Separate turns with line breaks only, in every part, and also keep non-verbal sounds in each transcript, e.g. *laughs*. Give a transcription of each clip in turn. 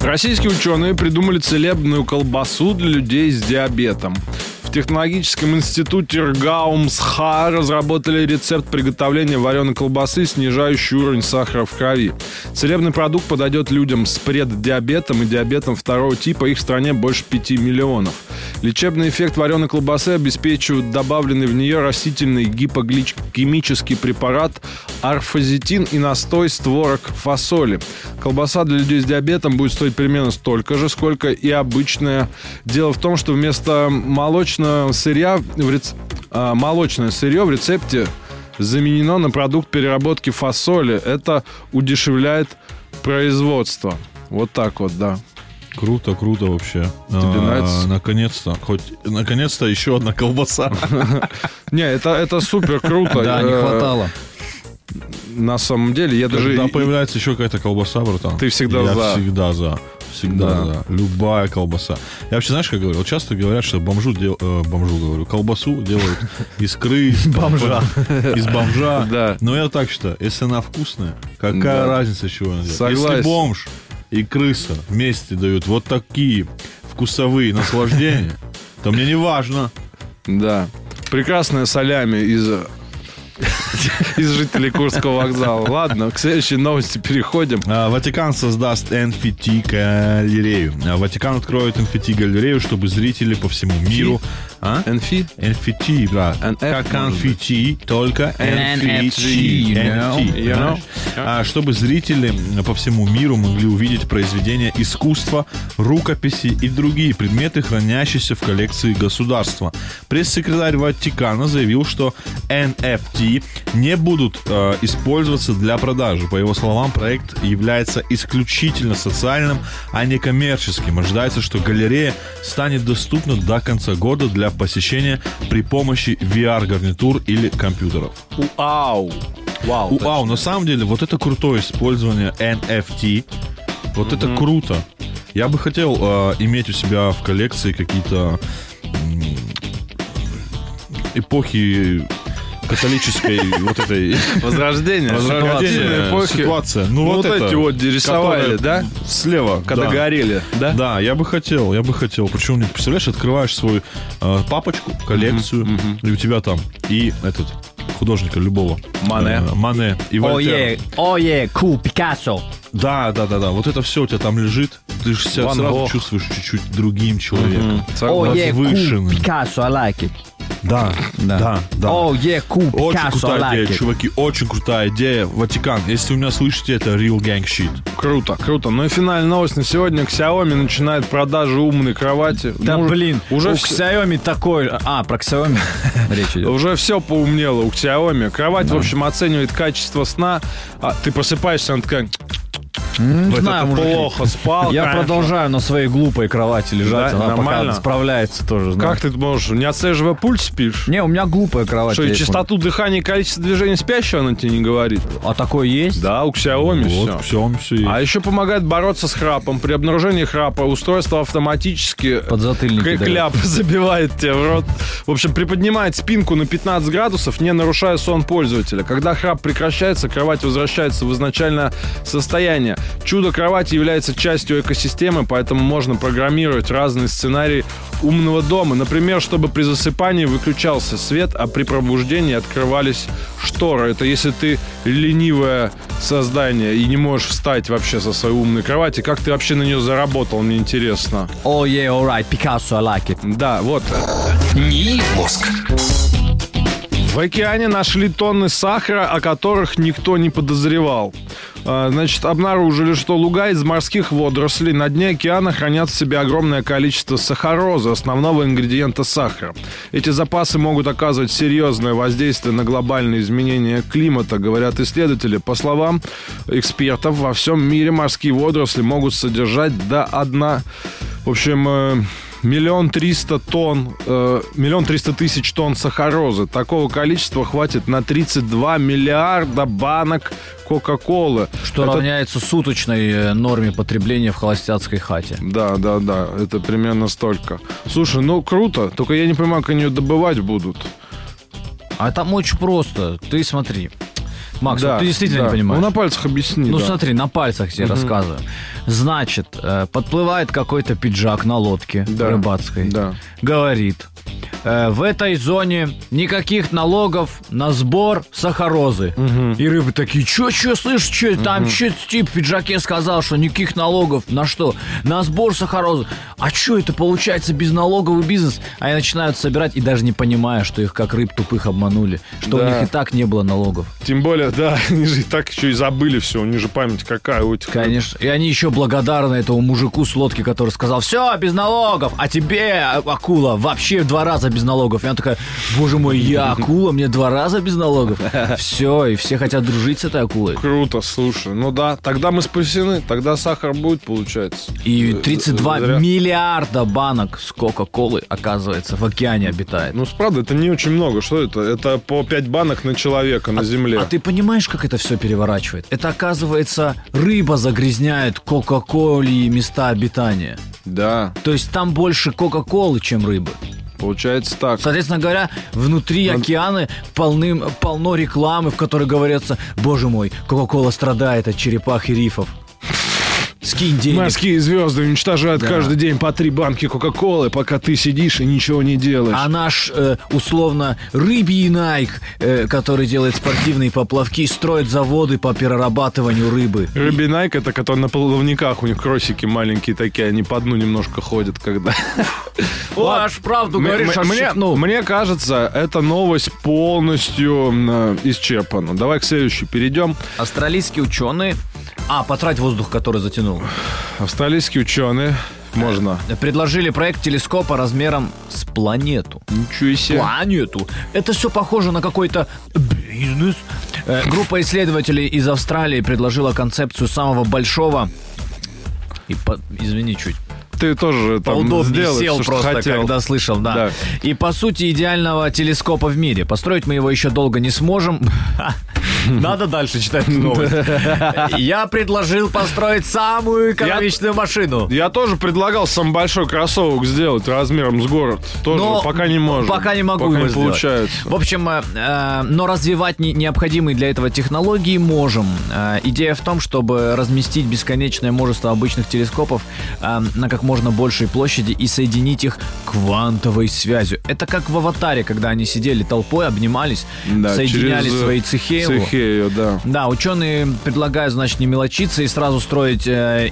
Российские ученые придумали целебную колбасу для людей с диабетом. В технологическом институте РГАУМСХА разработали рецепт приготовления вареной колбасы, снижающий уровень сахара в крови. Целебный продукт подойдет людям с преддиабетом и диабетом второго типа, их в стране больше 5 миллионов. Лечебный эффект вареной колбасы обеспечивают добавленный в нее растительный гипогликемический препарат арфазитин и настой с творог фасоли. Колбаса для людей с диабетом будет стоить примерно столько же, сколько и обычная. Дело в том, что вместо молочного сырья в рец... а, молочное сырье в рецепте заменено на продукт переработки фасоли. Это удешевляет производство. Вот так вот, да.
Круто, круто вообще. А,
Тебе нравится?
Наконец-то. Хоть наконец-то еще
*laughs*
одна колбаса.
Не, это, это супер круто.
*laughs* Да, не
Э,
хватало.
На самом деле, я даже...
Когда
и-
появляется еще какая-то колбаса, братан.
Ты всегда
я
за.
всегда за. Всегда
Да.
за. Любая колбаса. Я вообще, знаешь, как говорил? Часто говорят, что бомжу, дел- э, бомжу говорю, колбасу делают *laughs* из крыс. Бомжа. Из бомжа.
*laughs* Да.
Но я так считаю, если она вкусная,
Да.
какая разница, с чего она делает?
Согласен.
Если бомж и крыса вместе дают вот такие вкусовые наслаждения, то мне не важно.
Да. Прекрасная солями из... *laughs* э, Из жителей Курского вокзала. Ладно, к следующей новости переходим.
А, Ватикан создаст NFT-галерею. А, Ватикан откроет NFT-галерею, чтобы зрители по всему миру... А?
Энфи?
NFT, да.
NF,
как
может
NFT, только
you know?
NFT.
You
NFT,
know?
понимаешь? А, чтобы зрители по всему миру могли увидеть произведения искусства, рукописи и другие предметы, хранящиеся в коллекции государства. Пресс-секретарь Ватикана заявил, что NFT не будут э, использоваться для продажи. По его словам, проект является исключительно социальным, а не коммерческим. Ожидается, что галерея станет доступна до конца года для посещения при помощи VR-гарнитур или компьютеров.
Уау. Вау.
Вау, на самом деле, вот это крутое использование NFT. Вот это круто. Я бы хотел э, иметь у себя в коллекции какие-то м, эпохи католической вот этой
Возрождение. Возрождение
ситуации.
эпохи.
Ситуация. Ну
Вот
вот, это,
эти вот рисовали,
которые
да?
Слева,
Когда
да.
горели, да?
Да, я бы хотел, я бы хотел. Причем, не представляешь, открываешь свою э, папочку, коллекцию, и у тебя там и этот художника любого.
Мане.
Э, Мане и Вольтера.
Ое, ое, кул, Пикассо.
Да, да, да, да. Вот это все у тебя там лежит. Ты же себя
Ван
сразу
Гог.
чувствуешь чуть-чуть другим человеком.
Согласен.
Ое, кул,
возвышенный.
Пикассо, I like it.
Да, да, да.
Ое, кул,
Очень
Пикассо, I
крутая
like
идея,
it.
чуваки, очень крутая идея. Ватикан, если вы меня слышите, это real gang shit.
Круто, круто. Ну и финальная новость на сегодня. Xiaomi начинает продажу умной кровати.
Да
Ну,
блин,
уже
у
вс-
Xiaomi такой... А, про Xiaomi *laughs* речь идет.
Уже все поумнело у Xiaomi. Кровать, в общем, оценивает качество сна. А ты просыпаешься, она такая,
Не
«Вот
знаю,
это
мужики.
плохо, спал.
Я
конечно».
продолжаю на своей глупой кровати лежать.
Да,
Она
нормально.
пока справляется тоже. знаешь.
Как ты можешь, не отслеживая пульс, спишь?
Не, у меня глупая кровать.
Что, и
есть,
частоту дыхания и количество движений спящего она тебе не говорит?
может. А такое есть?
Да, у
Ну
Xiaomi все.
Вот, все, все есть.
А еще помогает бороться с храпом. При обнаружении храпа устройство автоматически
Подзатыльники
к-
дают.
кляп *laughs* забивает тебе в рот. В общем, приподнимает спинку на 15 градусов, не нарушая сон пользователя. Когда храп прекращается, кровать возвращается в изначальное состояние. Чудо кровати является частью экосистемы, поэтому можно программировать разные сценарии умного дома. Например, чтобы при засыпании выключался свет, а при пробуждении открывались шторы. Это если ты ленивое создание и не можешь встать вообще со своей умной кровати. Как ты вообще на нее заработал, мне интересно.
Ое, alright, Пикассо, I like it.
Да, вот.
НИИ мозг.
В океане нашли тонны сахара, о которых никто не подозревал. А, Значит, обнаружили, что луга из морских водорослей на дне океана хранят в себе огромное количество сахарозы, основного ингредиента сахара. Эти запасы могут оказывать серьезное воздействие на глобальные изменения климата, говорят исследователи. По словам экспертов, во всем мире морские водоросли могут содержать до 1... В общем, э, миллион триста тонн, э, миллион триста тысяч тонн сахарозы. Такого количества хватит на 32 миллиарда банок Кока-Колы.
Что
Это-
равняется суточной э, норме потребления в холостяцкой хате.
Да, да, да, это примерно столько. Слушай, ну круто, только я не понимаю, как они ее добывать будут.
А там очень просто. Ты смотри. Макс,
да,
вот ты действительно
да.
не понимаешь.
Ну, на пальцах объясни,
Ну
да.
смотри, на пальцах тебе рассказываю. Значит, э, подплывает какой-то пиджак на лодке
Да.
рыбацкой.
Да.
Говорит, э, в этой зоне никаких налогов на сбор сахарозы. И рыбы такие, чё, чё, слышь, чё, там чё тип в пиджаке сказал, что никаких налогов на что? На сбор сахарозы. А чё это получается безналоговый бизнес? А Они начинают собирать и даже не понимая, что их как рыб тупых обманули, что
Да.
у них и так не было налогов.
Тем более, да, *laughs* они же и так еще и забыли все, у них же память какая у этих.
Конечно. И они еще благодарны этому мужику с лодки, который сказал, все, без налогов, а тебе, а- акула, вообще в два раза без налогов. И она такая, боже мой, я акула, мне два раза без налогов. Все, и все хотят дружить с этой акулой.
Круто, слушай. Ну да, тогда мы спасены, тогда сахар будет, получается.
И 32
Зря.
миллиарда банок с Кока-Колы, оказывается, в океане обитает.
Ну, с- правда, это не очень много. Что это? Это по 5 банок на человека на земле.
А ты понимаешь, как это все переворачивает? Это, оказывается, рыба загрязняет Кока-Коле и места обитания.
Да,
То есть там больше Кока-Колы, чем рыбы.
получается так.
Соответственно говоря, внутри океана полным, полно рекламы, в которой говорится, боже мой, Кока-Кола страдает от черепах и рифов. Скинь денег.
Морские звезды уничтожают каждый день по три банки Кока-Колы, пока ты сидишь и ничего не делаешь.
А наш, э, условно, рыбий Найк, э, который делает спортивные поплавки, строит заводы по перерабатыванию рыбы.
Рыбий Найк, это который на плавниках, у них кросики маленькие такие, они по дну немножко ходят,
*laughs*
когда...
Ладно, аж правду
М-
ну, говоришь,
м-
аж
мне,
щипнул.
мне кажется, эта новость полностью м, э, исчерпана. Давай к следующей перейдем.
Австралийские ученые... А, потрать воздух, который затянул.
Австралийские ученые, можно.
Предложили проект телескопа размером с планету.
Ничего себе.
планету. Это все похоже на какой-то бизнес. Э, Группа исследователей из Австралии предложила концепцию самого большого и по- извини чуть
Ты тоже там
поудобнее
сделай
сел
всё, что
просто,
хотел.
когда слышал, да.
Да.
И по сути идеального телескопа в мире. Построить мы его еще долго не сможем. *laughs* Надо дальше читать новость. *laughs* Я предложил построить самую экономичную машину.
Я тоже предлагал сам большой кроссовок сделать размером с город. Тоже
Но
пока не можем.
Пока не могу
Пока
его
не
сделать.
получается.
В общем, э, э, но развивать не- необходимые для этого технологии можем. Э, идея в том, чтобы разместить бесконечное множество обычных телескопов э, на как можно большей площади и соединить их квантовой связью. Это как в «Аватаре», когда они сидели толпой, обнимались,
Да,
соединяли
через, э,
свои цехееву.
Цехею, да.
Да, ученые предлагают, значит, не мелочиться и сразу строить э,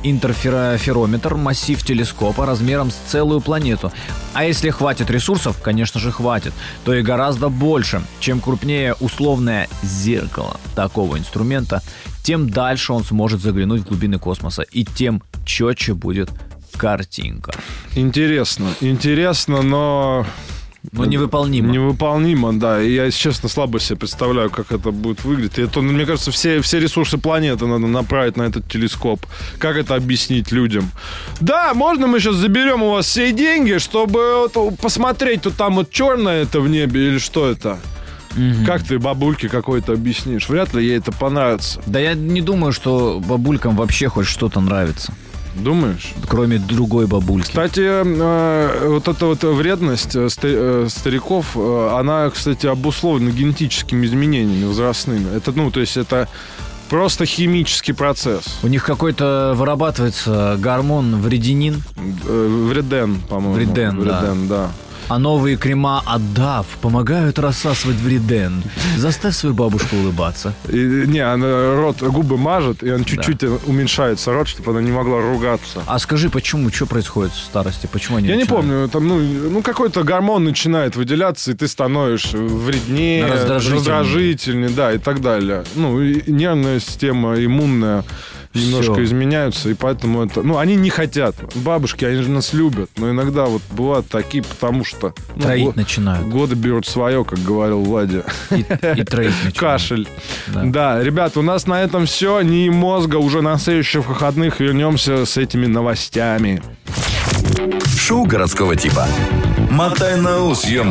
интерферометр, массив телескопа размером с целую планету. А если хватит ресурсов, конечно же хватит, то и гораздо больше. Чем крупнее условное зеркало такого инструмента, тем дальше он сможет заглянуть в глубины космоса и тем четче будет картинка.
Интересно. Интересно, но
Но Ну, невыполнимо.
Э, невыполнимо, да. И я, если честно, слабо себе представляю, как это будет выглядеть. И Это, ну, мне кажется, все, все ресурсы планеты надо направить на этот телескоп. Как это объяснить людям? Да, можно мы сейчас заберем у вас все деньги, чтобы вот посмотреть, то там вот черное это в небе или что это? Как ты бабульке какой-то объяснишь? Вряд ли ей это понравится.
Да я не думаю, что бабулькам вообще хоть что-то нравится,
Думаешь?
кроме другой бабульки.
Кстати, э, вот эта вот вредность э, ста- э, стариков, э, она, кстати, обусловлена генетическими изменениями возрастными. Это, ну, то есть это просто химический процесс.
У них какой-то вырабатывается гормон врединин.
Э, Вреден, по-моему.
Вреден, да.
Вреден, да.
А новые крема отдав помогают рассасывать вреден. Заставь свою бабушку улыбаться.
И, не, она рот, губы мажет, и он чуть-чуть э, уменьшается рот, чтобы она не могла ругаться.
А скажи, почему, что происходит в старости? Почему они
Я не
начинают?
помню, там, ну, ну, какой-то гормон начинает выделяться, и ты становишь вреднее,
Раздражительнее.
раздражительнее, да, и так далее. Ну, и нервная система, иммунная немножко
Всё.
изменяются, и поэтому это... Ну, они не хотят. Бабушки, они же нас любят, но иногда вот бывают такие, потому что... ну,
Троить
го-
начинают.
Годы берут свое, как говорил Владя.
И, и троить начинают.
Кашель.
Да.
Да. ребята, у нас на этом все. Не мозга. Уже на следующих выходных вернемся с этими новостями.
Шоу городского типа. Мотай на ус, ё